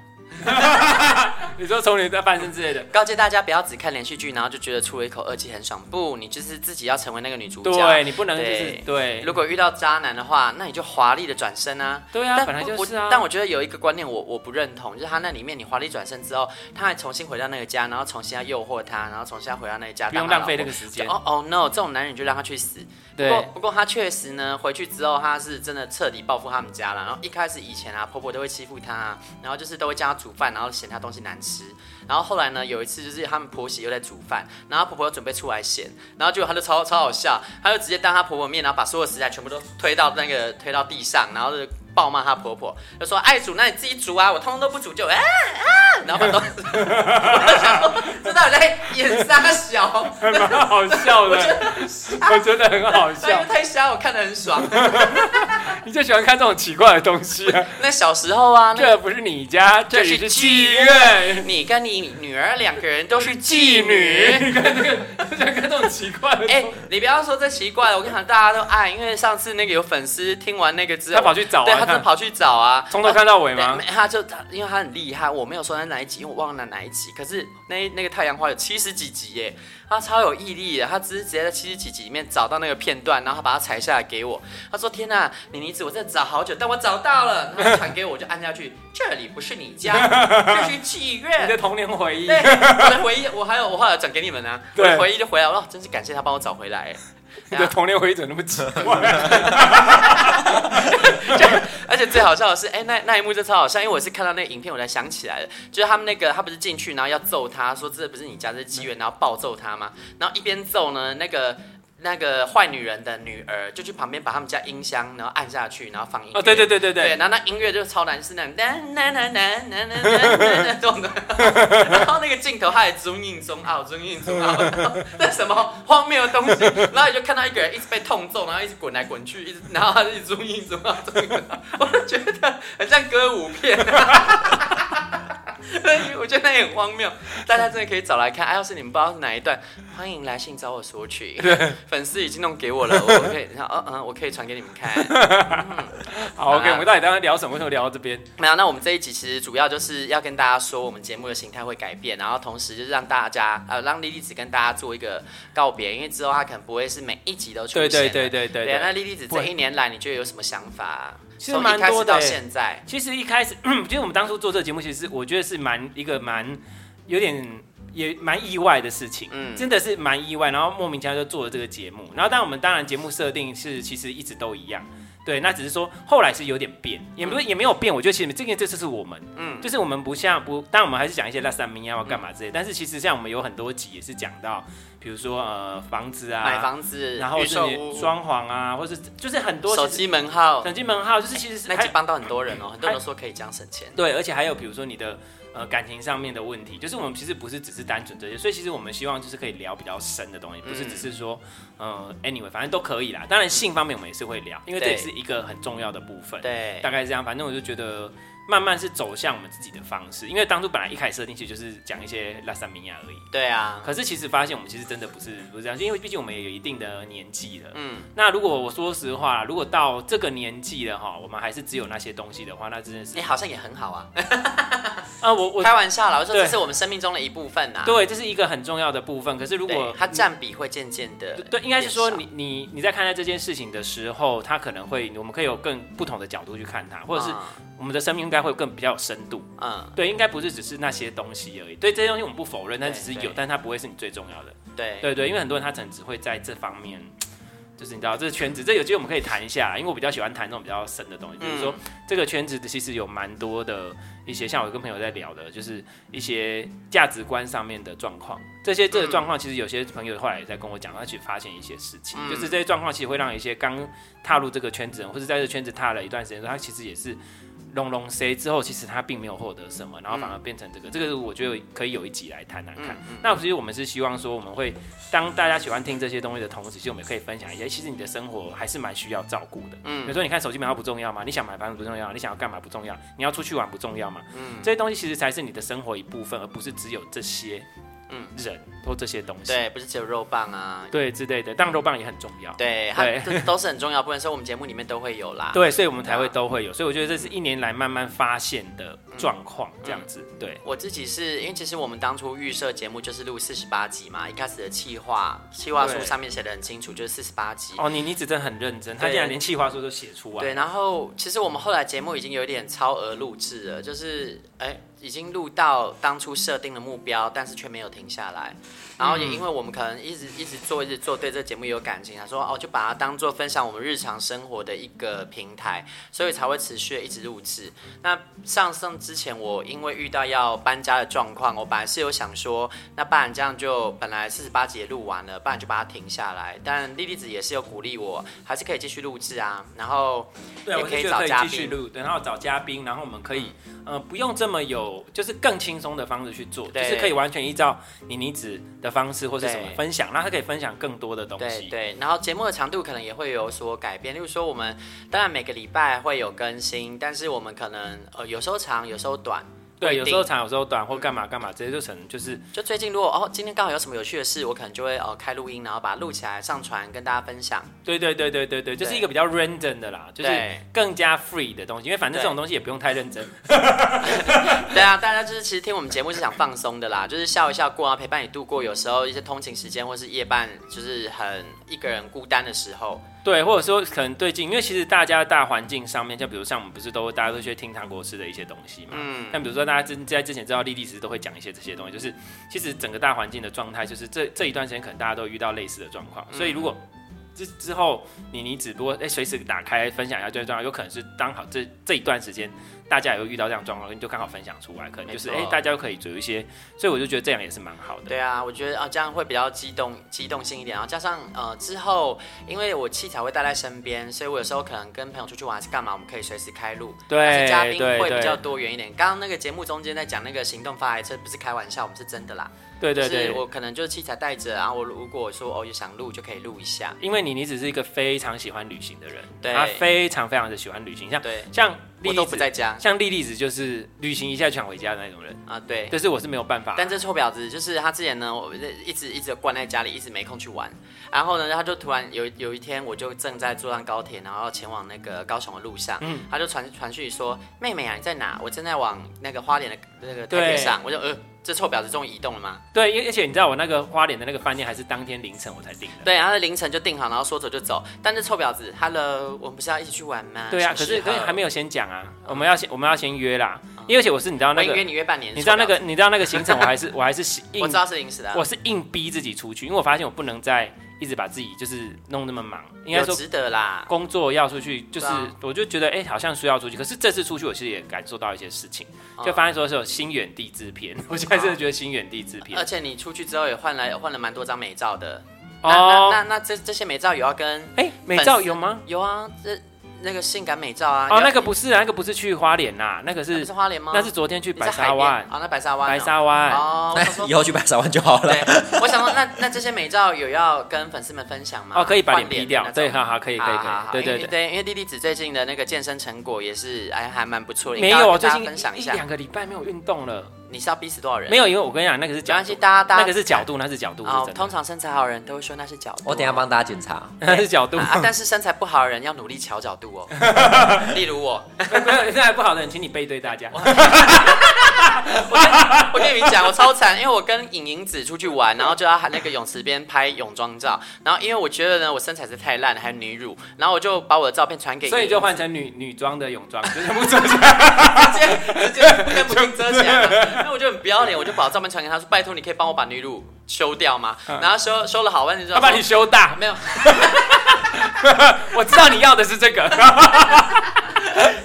C: 你说从你的半身之类的，
A: 告诫大家不要只看连续剧，然后就觉得出了一口恶气很爽。不，你就是自己要成为那个女主角。
C: 对你不能就是
A: 对
C: 对
A: 如果遇到渣男的话，那你就华丽的转身啊。
C: 对啊
A: 但
C: 本来
A: 不
C: 就是啊
A: 我但我觉得有一个观念我我不认同，就是他那里面你华丽转身之后，他还重新回到那个家，然后重新要诱惑他，然后重新要回到那个家，
C: 不用
A: 当他
C: 浪费
A: 老
C: 那
A: 婆
C: 个时间
A: 就，哦哦 no，这种男人你就让他去死。不过
C: 对
A: 不过他确实呢，回去之后他是真的彻底报复他们家了。然后一开始以前啊，婆婆都会欺负他、啊，然后就是都会叫他煮饭，然后嫌他东西难吃。然后后来呢，有一次就是他们婆媳又在煮饭，然后婆婆又准备出来嫌，然后结果他就超超好笑，他就直接当他婆婆面，然后把所有食材全部都推到那个推到地上，然后就。暴骂她婆婆，就说爱煮那你自己煮啊，我通通都不煮就啊啊，然后把 东西，我就想说这到底在演啥小？
C: 还蛮好 笑的， 我觉得很
A: 那因
C: 好
A: 为
C: 笑。
A: 哎太瞎，我看得很爽。
C: 你就喜欢看这种奇怪的东西、啊，
A: 那小时候啊，那
C: 这不是你家，这里是妓院。
A: 你跟你女儿两个人都是
C: 妓
A: 妓女。
C: 女，你 看这个，就想看这种奇怪的。
A: 哎、你不要说这奇怪了，我跟你讲，大家都爱，因为上次那个有粉丝听完那个之后，
C: 他跑去找啊
A: 对，他
C: 看
A: 真的跑去找啊，
C: 从头看到尾吗
A: 没？他就他，因为他很厉害，我没有说他哪一集，因为我忘了哪一集。可是那那个太阳花有七十几集耶，他超有毅力的，他只是直接在七十几集里面找到那个片段，然后他把它裁下来给我。他说：“天哪、妮妮子，我在找好久，但我找到了。”然后传给我，我就按下去，这里不是你家，这是妓
C: 你的
A: 院。
C: 童年回忆
A: 对，，啊我的回忆，我还有我后来转给你们呢、我
C: 对
A: 的回忆就回来了，哦，真是感谢他帮我找回来。
C: 你的童年回忆怎么那么奇 怪？
A: 而且最好笑的是，哎、那那一幕就超好笑，因为我是看到那个影片我才想起来的，就是他们那个他不是进去，然后要揍他，说这不是你家，这是妓院，然后暴揍他嘛，然后一边揍呢，那个。那个坏女人的女儿就去旁边把他们家音箱，然后按下去，然后放音乐。
C: 哦，对对对对
A: 对，
C: 对，
A: 然后那音乐就超难，是那种噔噔噔噔噔噔噔噔这种的，然后那个镜头他也 zoom in zoom out zoom in zoom out，然后那什么荒谬的东西，然后你就看到一个人一直被痛揍，然后一直滚来滚去，一直然后他就一直 zoom in zoom out zoom in zoom out，我就觉得很像歌舞片、啊。我觉得那也很荒谬，大家真的可以找来看。哎、要是你们不知道是哪一段，欢迎来信找我索取。粉丝已经弄给我了，我可以，然后嗯嗯，我可以传给你们看。
C: 好，OK，我们到底刚刚聊什么？为什么聊到这边？
A: 没有，那我们这一集其实主要就是要跟大家说，我们节目的形态会改变，然后同时就是让大家呃让莉莉子跟大家做一个告别，因为之后她可能不会是每一集都出现
C: 对
A: 了。
C: 对对对对
A: 对
C: 对
A: 那。莉莉子这一年来，你觉得有什么想法？
C: 其实
A: 从
C: 蛮
A: 一开
C: 多
A: 始
C: 的欸
A: 到
C: 耶
A: 现在，
C: 其实一开始， 其实我们当初做这个节目，其实是我觉得是蛮一个蛮有点也蛮意外的事情，
A: 嗯
C: 真的是蛮意外，然后莫名其妙就做了这个节目，然后但我们当然节目设定是其实一直都一样。对，那只是说后来是有点变，也不是
A: 嗯
C: 也没有变。我觉得其实这个这次是我们，嗯，就是我们不像不，但我们还是讲一些拉三明啊或干嘛
A: 嗯
C: 之类。但是其实像我们有很多集也是讲到，比如说呃房子啊，
A: 买房子、
C: 然后
A: 预
C: 是
A: 售
C: 你
A: 屋、
C: 装潢啊，或是就是很多
A: 手
C: 其实
A: 机门号，
C: 手机门号，就是其实是哎
A: 那
C: 还
A: 集帮到很多人哦，很多人都说可以这样省钱。
C: 对，而且还有比如说你的呃感情上面的问题，就是我们其实不是只是单纯这些，所以其实我们希望就是可以聊比较深的东西，不是只
A: 嗯
C: 是说呃 anyway 反正都可以啦。当然性方面我们也是会聊，因为这也
A: 对
C: 是一个很重要的部分。，
A: 对
C: 大概是这样。反正我就觉得慢慢是走向我们自己的方式，因为当初本来一开始设定其实就是讲一些拉萨米亚而已。
A: 对啊，
C: 可是其实发现我们其实真的不是不是这样，因为毕竟我们也有一定的年纪了。
A: 嗯，
C: 那如果我说实话，如果到这个年纪了哈，我们还是只有那些东西的话，那真的是
A: 你好像也很好啊，
C: 啊，我我
A: 开玩笑啦，我说
C: 对
A: 这是我们生命中的一部分呐。
C: 对，这是一个很重要的部分。可是如
A: 啊对，
C: 果
A: 它占比会渐渐的
C: 对对，应该是说
A: 变少
C: 你你你在看待这件事情的时候，它可能会，我们可以有更不同的角度去看它，或者
A: 啊
C: 是我们的生命应该会更比较有深度。
A: 嗯
C: 对，应该不是只是那些东西而已。对，这些东西我们不否认，但
A: 对
C: 只是有
A: 对，
C: 但它不会是你最重要的。
A: 嗯对
C: 对对，因为很多人他可能只会在这方面，就是你知道这个圈子，这有机会我们可以谈一下，因为我比较喜欢谈这种比较深的东
A: 嗯
C: 西，比如说、这个圈子其实有蛮多的一些，像我跟朋友在聊的，就是一些价值观上面的状况，这些这个状况其实有些朋友后来也在跟我讲，他去发现一些事情，
A: 嗯
C: 就是这些状况其实会让一些刚踏入这个圈子的人，或者在这个圈子踏了一段时间之后，他其实也是。龙龙 C 之后，其实他并没有获得什么，然后反而变成这个，这个我觉得可以有一集来谈谈
A: 嗯
C: 看。那其实我们是希望说，我们会当大家喜欢听这些东西的同时，其实我们也可以分享一些，其实你的生活还是蛮需要照顾的。嗯，比如说你看手机门号不重要吗？你想买房子不重要，你想要干嘛不重要，你要出去玩不重要吗？嗯，这些东西其实才是你的生活一部分，而不是只有这些嗯人或这些东西。
A: 对，不是只有肉棒啊，
C: 对之类的，当然肉棒也很重要。
A: 对，它
C: 对
A: 这都是很重要的部分，所以我们节目里面都会有啦。
C: 对，所以我们才会都会有，所以我觉得这是一年来慢慢发现的状况，这样子。对，
A: 我自己是因为其实我们当初预设节目就是录四十八集嘛，一开始的企划企划书
C: 对
A: 上面写的很清楚，就是四十八集。
C: 哦，你你只真的很认真，他
A: 对
C: 竟然连企划书都写出来。
A: 对，然后其实我们后来节目已经有点超额录制了，就是哎、已经录到当初设定的目标，但是却没有停下来。然后也因为我们可能一直一直做，一直做，对这节目有感情，想说哦，就把它当做分享我们日常生活的一个平台，所以才会持续地一直录制。那上上之前，我因为遇到要搬家的状况，我本来是有想说，那不然这样就本来四十八集也录完了，不然就把它停下来。但莉莉子也是有鼓励我，还是可以继续录制啊。然后
C: 对，
A: 也
C: 我
A: 可以
C: 就觉得
A: 找
C: 可以
A: 嘉
C: 继续
A: 宾嗯
C: 录，然后找嘉宾，然后我们可以，呃，不用这么有，就是更轻松的方式去做，就
A: 对
C: 是可以完全依照妮妮子的方式或是什么
A: 对
C: 分享，让她可以分享更多的东
A: 对
C: 西。
A: 对，然后节目的长度可能也会有所改变，例如说我们当然每个礼拜会有更新，但是我们可能呃有时候长，有时候短。不
C: 对，
A: 一
C: 有时
A: 定
C: 候长，有时候短，或干嘛干嘛，直接就成就是
A: 就最近如果哦今天刚好有什么有趣的事，我可能就会哦开录音，然后把它录起来上传跟大家分享。
C: 对对对对对对，就是
A: 对
C: 一个比较 random 的啦，就是
A: 对
C: 更加 free 的东西，因为反正
A: 对
C: 这种东西也不用太认真。
A: 对啊，大家就是其实听我们节目是想放松的啦，就是笑一笑过啊，陪伴你度过有时候一些通勤时间或是夜半，就是很一个人孤单的时候。
C: 对，或者说可能最近，因为其实大家大环境上面，像比如像我们不是都大家都去听唐国师的一些东西嘛，嗯，像比如说大家之在之前知道莉莉丝都会讲一些这些东西，就是其实整个大环境的状态，就是这这一段时间可能大家都遇到类似的状况，所以如果
A: 嗯
C: 之之后你你只不过哎随时打开分享一下这段状况，有可能是刚好这这一段时间大家也会遇到这样的状况，你就刚好分享出来，可能就是
A: 没
C: 哎
A: 错
C: 大家都可以有一些，所以我就觉得这样也是蛮好的，
A: 对啊，我觉得啊、这样会比较激动，激动性一点。然后加上呃之后，因为我器材会带在身边，所以我有时候可能跟朋友出去玩还是干嘛，我们可以随时开录。而
C: 对
A: 且嘉宾
C: 对
A: 会比较
C: 对
A: 多元一点。刚刚那个节目中间在讲那个行动发财车，不是开玩笑，我们是真的啦。
C: 对对
A: 就是
C: 对，
A: 我可能就是器材带着，然后我如果说哦也想录，就可以录一下。
C: 因为你你只是一个非常喜欢旅行的人，
A: 对
C: 他非常非常的喜欢旅行，像
A: 对，
C: 像莉
A: 我
C: 莉
A: 都不
C: 子，
A: 在家
C: 像莉莉子就是旅行一下就想回家的那种人，
A: 啊，对。
C: 但是我是没有办法，
A: 但这臭婊子就是他之前呢，我一直一直关在家里，一直没空去玩。然后呢，他就突然有有一天，我就正在坐上高铁，然后前往那个高雄的路上，
C: 嗯
A: 他就传传讯说：“妹妹啊，你在哪？我正在往那个花莲的那个台
C: 对
A: 铁上。”我就呃，这臭婊子终于移动了吗？
C: 对，因为而且你知道我那个花莲的那个饭店还是当天凌晨我才订的，
A: 对，然后凌晨就订好，然后说走就走。但是臭婊子，Hello，我们不是要一起去玩吗？
C: 对啊，可
A: 什么
C: 是
A: 时
C: 可
A: 候
C: 是还没有先讲啊，我们要先我们要先约啦，因为而且我是你知道
A: 哦
C: 那
A: 我约
C: 个
A: 你约半年，
C: 你知道那
A: 臭婊
C: 个你知道那个行程我还是我还是
A: 子，
C: 硬
A: 我知道是临时的啊，
C: 我是硬逼自己出去，因为我发现我不能再一直把自己就是弄那么忙，应该
A: 有
C: 说
A: 值得啦。
C: 工作要出去，就是、
A: 对啊
C: 我就觉得哎、诶好像需要出去。可是这次出去，我其实也感受到一些事情，
A: 哦嗯
C: 就发现说是有心远地之偏。 我现在真的觉得心远地之偏
A: 而。且你出去之后也换来换了蛮多张美照的。那那
C: 哦，
A: 那那这这些美照有要跟
C: 哎、美照有吗？
A: 有啊，这那个性感美照啊。
C: 哦，
A: 有
C: 那个不是啊，那个不是去花莲啦，那个
A: 那不
C: 是
A: 是花莲吗？
C: 那是昨天去
A: 你
C: 白
A: 在海
C: 沙
A: 边
C: 湾，
A: 啊，那白沙湾哦。
C: 白沙湾。
A: 哦，我想
D: 以
A: 说。
D: 后去白沙湾就好了
A: 对。，我想说，那那这些美照有要跟粉丝们分享吗？
C: 哦，可以把
A: 换
C: 脸 P 掉
A: 的，那种
C: 对，好好，可以，可以，
A: 好
C: 可
A: 好好
C: 以，对
A: 因为
C: 对对。
A: 对，因为莉莉子最近的那个健身成果也是哎还蛮不错的，
C: 没有啊，
A: 啊，
C: 最近
A: 分享一
C: 一
A: 下，
C: 两个礼拜没有运动了，
A: 你是要逼死多少人？
C: 没
A: 有，
C: 有，因为我跟你讲，那个是
A: 没
C: 角
A: 关系，
C: 度，
A: 大家大家
C: 那个是角度，那是角度是
A: 哦，
C: 真
A: 通
C: 的，
A: 常身材好的人都会说那是角度，
D: 我等一下帮大家检查。
C: 那是角度。
A: 啊，啊但是身材不好的人要努力调角度哦，例如我，
C: 没有，现在不好的人，请你背对大 家。
A: 我跟你们讲，我超惨，因为我跟影影子出去玩，然后就要那个泳池边拍泳装照，然后因为我觉得呢，我身材是太烂了，还有女乳，然后我就把我的照片传给，
C: 所以就换成女女装的泳装，就全部遮起来。
A: 直接直接不跟不跟遮起来了，那我就很不要脸，我就把照片传给他说，拜托你可以帮我把女乳修掉吗？然后修修了好半天之后
C: 他嗯把你修大，
A: 没有，
C: 我知道你要的是这个。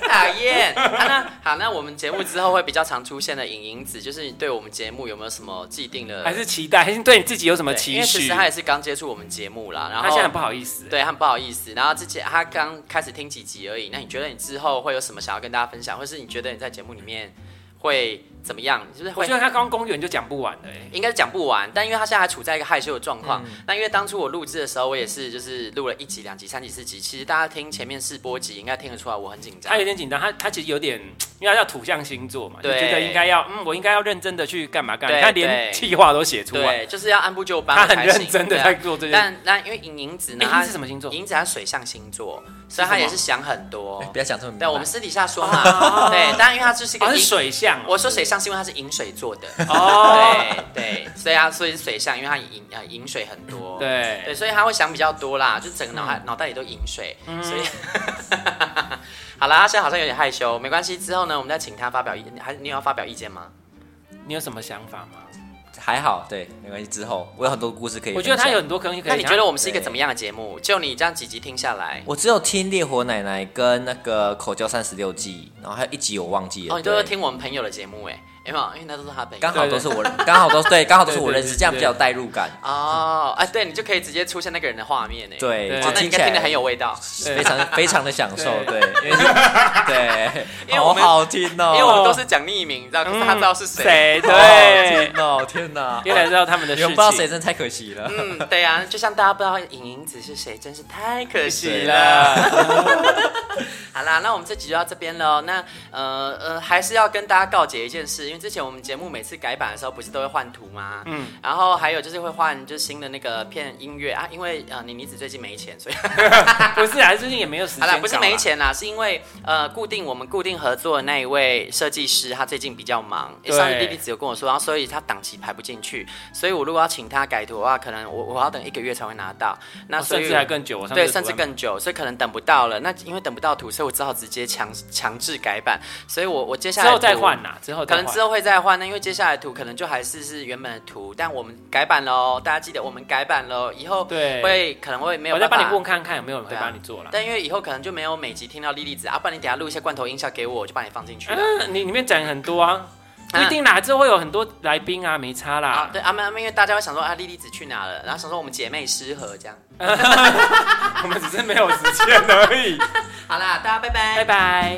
A: 讨厌。啊那好，那我们节目之后会比较常出现的影影子，就是你对我们节目有没有什么既定的？
C: 还是期待，还是对你自己有什么
A: 对因
C: 期
A: 为其
C: 许？
A: 实他也是刚接触我们节目啦，然后
C: 他现在很不好意思。
A: 对，他很不好意思。然后之前他刚开始听几集而已。那你觉得你之后会有什么想要跟大家分享，或是你觉得你在节目里面会怎么样？就是
C: 我
A: 会
C: 觉得他刚公园就讲不完了、欸。
A: 应该是讲不完，但因为他现在还处在一个害羞的状
C: 嗯
A: 况。那因为当初我录制的时候，我也是就是录了一集、两集、三集、四集。其实大家听前面试播集，应该听得出来我很紧张
C: 他。有点紧张，他他其实有点，因为他叫土象星座嘛，就
A: 对
C: 觉得应该要，嗯，我应该要认真的去干嘛干嘛。
A: 对
C: 你看
A: 对
C: 连计划都写出来，
A: 对，就是要按部就班
C: 他
A: 才行。
C: 很认真的
A: 对啊
C: 在做这件事。
A: 但那因为影影子呢，
C: 哎
A: 他
C: 你是什么星座
A: 影子他水象星座，所以
C: 什
A: 他
C: 么
A: 也是想很多
D: 哎。不要讲这么明白。
A: 对，我们私底下说嘛。对，但因为他就是一
C: 哦，
A: 个
C: 是
A: 影
C: 水象哦、
A: 我说水象是因为它是饮水做的，
C: 哦，
A: 对对，所以它所以是水象，因为它饮呃饮水很多，对，
C: 对，
A: 所以他会想比较多啦，就整个脑海
D: 嗯
A: 脑袋里都饮水，所以 好啦，他现在好像有点害羞，没关系，之后呢，我们再请他发表意，还你有要发表意见吗？
C: 你有什么想法吗？
D: 还好，对，没关系。之后我有很多故事可以分享。啊
C: 我觉得他有很多坑可以
A: 那
C: 讲。
A: 你觉得我们是一个怎么样的节目？就你这样几集听下来，
D: 我只有听《烈火奶奶》跟那个《口交三十六计》，然后还有一集我忘记了。
A: 哦，你都是
D: 对
A: 听我们朋友的节目哎，有没有？因为那都是他朋友。
D: 刚好都是 我，刚好都是对，刚好都是我认识，
C: 对对对
D: 这样比较有代入感，
A: 哦，哎、对你就可以直接出现那个人的画面哎，
D: 对
A: 哇
C: 就
A: 那你应
D: 听
A: 该
D: 起来
A: 听得很有味道，
C: 对
D: 非常非常的享受，
C: 对
D: 对，因为是对，
A: 因为我
D: 好
A: 们
D: 好听哦，
A: 因为我们都是讲匿名，你知道，可是他知道是谁。
C: 嗯谁？
D: 对，
C: 对，
D: 哦，天哪，
C: 原来知道他们的
D: 你
C: 事
D: 们不知道谁
C: 情。
D: 真的太可惜了，
A: 嗯，对啊，就像大家不知道影影子是谁，真是太可惜
D: 对
A: 了。 好啦，那我们这集就到这边喽。那呃呃，还是要跟大家告解一件事，因为之前我们节目每次改版的时候，不是都会换图吗？嗯，然后还有就是会换就是新的那个片音乐啊，因为呃妮妮子最近没钱，所以
C: 不是啊，最近也没有时
A: 好
C: 间。
A: 啦，不是没，钱啦，是因为呃固定我们固定合作的那一位设计师，他最近比较忙，
C: 对
A: 上次弟弟子有跟我说，然后所以他档期排不进去，所以我如果要请他改图的话，可能我我要等一个月才会拿到，那啊所以、
C: 哦甚至还更久。我上次
A: 对，
C: 读
A: 甚至
C: 完
A: 更久，所以可能等不到了。那因为等不到图，所以我只好直接强强制改版。所以我我接下来
C: 之后再
A: 图
C: 换，呐，之后再
A: 可
C: 换
A: 能之后会再换。那因为接下来图可能就还是是原本的图，但我们改版喽，大家记得我们改版喽，以后
C: 对
A: 会可能会没有
C: 我再
A: 办
C: 帮
A: 法
C: 你问。看看有没有人会
A: 对啊
C: 帮你做了。
A: 但因为以后可能就没有每集听到莉莉子啊，不然你等一下录一些罐头音效给我，我就把你放进去了。
C: 嗯，你里面讲很多啊，不
A: 啊
C: 一定啦，之后会有很多来宾啊，没差
A: 啊
C: 啦，。
A: 对，阿妹阿妹，因为大家会想说啊，莉莉子去哪了？然后想说我们姐妹失和这样。
C: 我们只是没有时间 而已。
A: 好啦，大家拜拜，
C: 拜。拜。